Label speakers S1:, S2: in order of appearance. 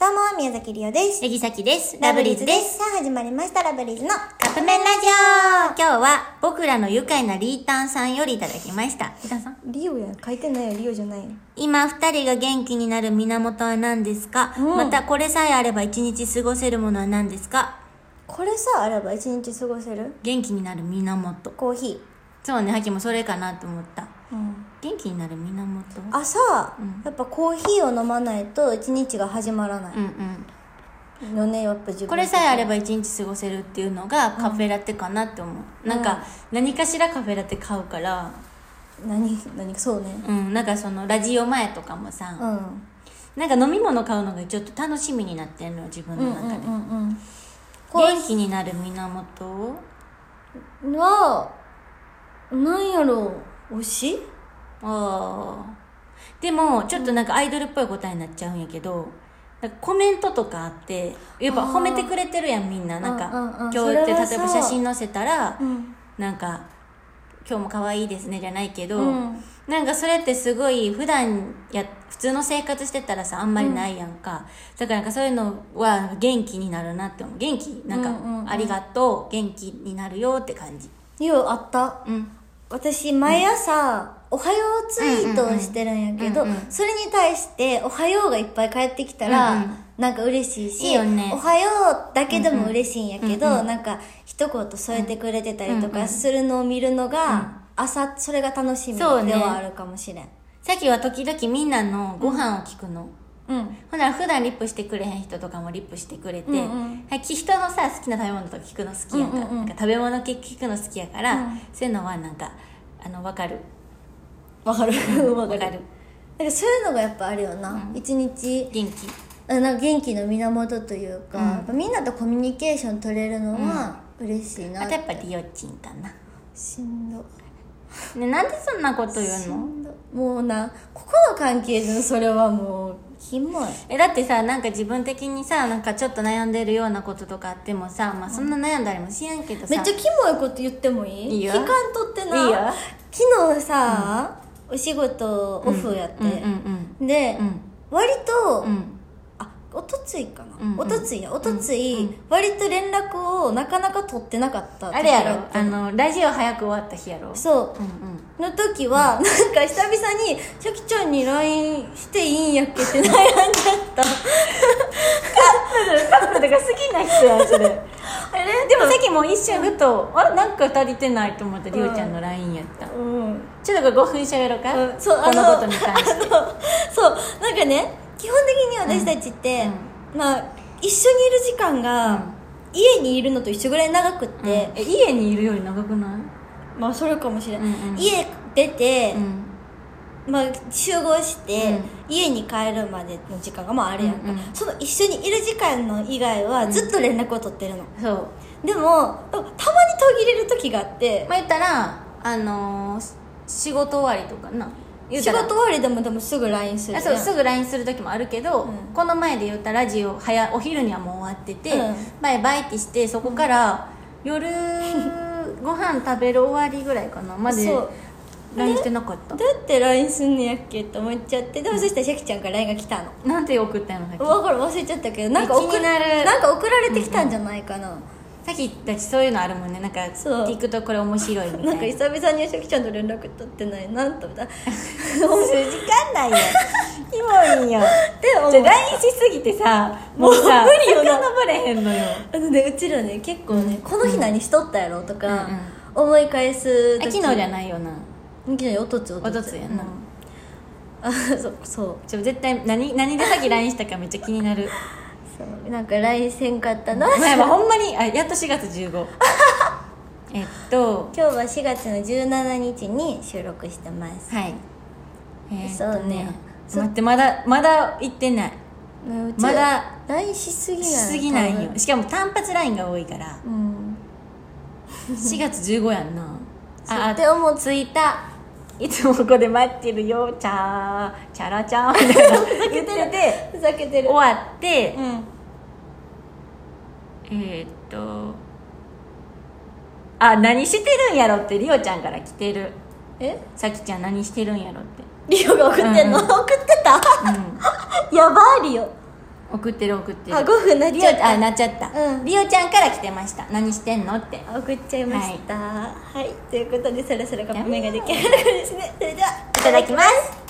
S1: どうも、宮崎りおです。
S2: えぎさきです。
S1: す。さあ、始まりました、ラブリーズの
S2: カップ麺ラジオ今日は僕らの愉快なリータンさんよりいただきました。リータンさん
S1: リオや、書いてないよ、リオじゃないよ。
S2: 今二人が元気になる源は何ですか、
S1: うん
S2: またこれさえあれば一日過ごせるものは何ですか
S1: これさ、あれば一日過ごせる
S2: 元気になる源。
S1: コーヒ
S2: そうね、はきもそれかなと思った。
S1: ー。うん。
S2: 元気になる源
S1: 朝、やっぱコーヒーを飲まないと一日が始まらな
S2: うんうん。
S1: いのね、やっぱ自分。
S2: これさえあれば一日過ごせるっていうのがカフェラテかなって思う。なんか、何かしらカフェラテ買うから、
S1: 何、何、そうね。
S2: うん、なんかそのラジオ前とかもさ、
S1: うん。
S2: なんか飲み物買うのがちょっと楽しみになってんの自分
S1: う
S2: の
S1: ん
S2: 中
S1: うん
S2: で、
S1: うんうん。コー
S2: 元気になる源を
S1: ヒーは、なんやろう、推し
S2: ああでもちょっとなんかアイドルっぽい答えになっちゃうんやけどなんかコメントとかあってやっぱ
S1: あー
S2: 褒めてくれてるやんみんななんか
S1: うんうんうん
S2: 今日って
S1: それは
S2: 例
S1: そう
S2: えば写真載せたら
S1: ん。
S2: なんか「今日も可愛いですね」じゃないけど、
S1: うん
S2: なんかそれってすごい普段や普通の生活してたらさあんまりないやんか、だからなんかそういうのはなんか元気になるなって思う元気なんか、
S1: うんうんうん
S2: ありがとう元気になるよって感じ
S1: リオあった
S2: うん
S1: 私毎朝、おはようツイートをしてるんやけど、
S2: うんうんうん
S1: それに対して「おはよう」がいっぱい返ってきたら、
S2: うんうん
S1: なんか嬉しいし
S2: いいよね
S1: おはよう」だけでも嬉しいんやけど、
S2: うんう
S1: なんか一言添えてくれてたりと
S2: うんう
S1: か
S2: ん
S1: するのを見るのが、朝それが楽しみで
S2: そうね
S1: はあるかもしれんう,、
S2: さっきは時々みんなのご飯を聞くの、
S1: ん
S2: ほんなら普段リップしてくれへん人とかもリップしてくれて、
S1: うんうん
S2: はい人のさ好きな食べ物とか聞くの好きやんか,、
S1: うんうんうん
S2: なんか食べ物系聞くの好きやから、
S1: うん
S2: そういうのはなんかあの分かる
S1: わかるわ
S2: わかる
S1: なんかそういうのがやっぱあるよな、一日
S2: 元気
S1: あなんか元気の源というか、
S2: うん
S1: やっぱみんなとコミュニケーション取れるのは嬉しいなっ
S2: あと
S1: て、
S2: やっぱリオチンかな
S1: しんど
S2: ね、なんでそんなこと言うの
S1: もうなここの関係でそれはもうキモい
S2: えだってさなんか自分的にさなんかちょっと悩んでるようなこととかあってもさ、まあ、そんな悩んだりもしやんけどさ
S1: めっちゃキモいこと言ってもいい
S2: いいよ
S1: 期間とってない
S2: いよ
S1: 昨日さ、お仕事オフやって、
S2: うんうん
S1: で、
S2: うん
S1: 割と、
S2: うんうん
S1: あおとついかな、
S2: うんうん
S1: おとついやおとつい、割と連絡をなかなか取ってなかった時
S2: あれや
S1: が
S2: ろ
S1: って
S2: あのラジオ早く終わった日やろ
S1: そう
S2: うん うん
S1: の時は、なんか久々に「シャキちゃんに LINE していいんやっけ?」って悩んじゃ った
S2: カップルが好きな人やそれあれでもさっきも一瞬ふと「あなんか足りてない」と思ってりゅうちゃんの LINE やった、
S1: うん
S2: ちょっとこれ5分しゃべろうか、
S1: うんそうあ
S2: このことに関 して
S1: あのそうなんかね基本的に私たちって、まあ一緒にいる時間が、家にいるのと一緒ぐらい長くって、
S2: え家にいるより長くない、
S1: まあそれかもしれない、
S2: うんうん
S1: 家出て、
S2: ん、
S1: まあ、集合して、家に帰るまでの時間がまああるやんか、
S2: うんうん
S1: その一緒にいる時間の以外はずっと連絡を取ってるの、
S2: そう
S1: でもたまに途切れる時があって、
S2: まあ言ったらあのー仕事終わりとかな言う
S1: 仕
S2: たら
S1: 事終わりでもでもすぐ LINE する
S2: あ
S1: やん
S2: そうすぐ LINE する時もあるけど、
S1: うん
S2: この前で言ったらラジオ早お昼にはもう終わってて、
S1: うん
S2: バイバイってしてそこから夜ご飯食べる終わりぐらいかなまで
S1: そう
S2: LINE してなかった
S1: どうやって LINE すんねやっけって思っちゃってでもそしたらシャキちゃんから LINE が来たの
S2: なんて送ったのさっき
S1: 分かる忘れちゃったけどなんか
S2: 気
S1: 送
S2: になる
S1: なんか送られてきたんじゃないかな、
S2: さっきたちそういうのあるもんねなんか
S1: そう
S2: 聞くとこれ面白いみたいな
S1: なんか久々にシャキちゃんと連絡取ってないなと思った って
S2: 数時間 ないよキモいんよ
S1: 思
S2: じゃ
S1: う
S2: LINE しすぎてさもうさ
S1: もう無理よな
S2: 遡れへんのよ
S1: あのねうちらね結構ね、この日何しとったやろとか、思い返す
S2: あ昨
S1: 時
S2: 日じゃないよな
S1: 昨日おとつお
S2: おとつやな、
S1: うんあそうそう
S2: ちょ絶対何何でさっき LINE したかめっちゃ気になる
S1: そうなんか LINE せんか ったな
S2: まあやばほんまにあやっと4月15 えっと
S1: 今日は4月の17日に収録してます
S2: はいえっと
S1: そうね
S2: 待ってまだまだ行ってない
S1: うん
S2: まだ
S1: LINE しすぎない
S2: しすぎないよしかも単発 LINE が多いから
S1: 多分うん
S2: 4月15やんな
S1: そう
S2: あ
S1: って思う
S2: 着いたいつもここで待ってるよチャーチャラチャーみ たいな言ってて
S1: ふざけて
S2: 終
S1: る
S2: わって
S1: うん
S2: えーっとあ何してるんやろってリオちゃんから来てる
S1: え
S2: さきちゃん何してるんやろって
S1: リオが送ってんの、
S2: うん
S1: 送ってた、やばいリオ
S2: 送ってる送ってる
S1: あ5分なっ
S2: リ
S1: ち
S2: オ
S1: ゃった
S2: あなっちゃった、
S1: うん
S2: リオちゃんから来てました何してんのって
S1: 送っちゃいましたはい、ということでそろそろカップ麺ができるですねそれではい
S2: ただきます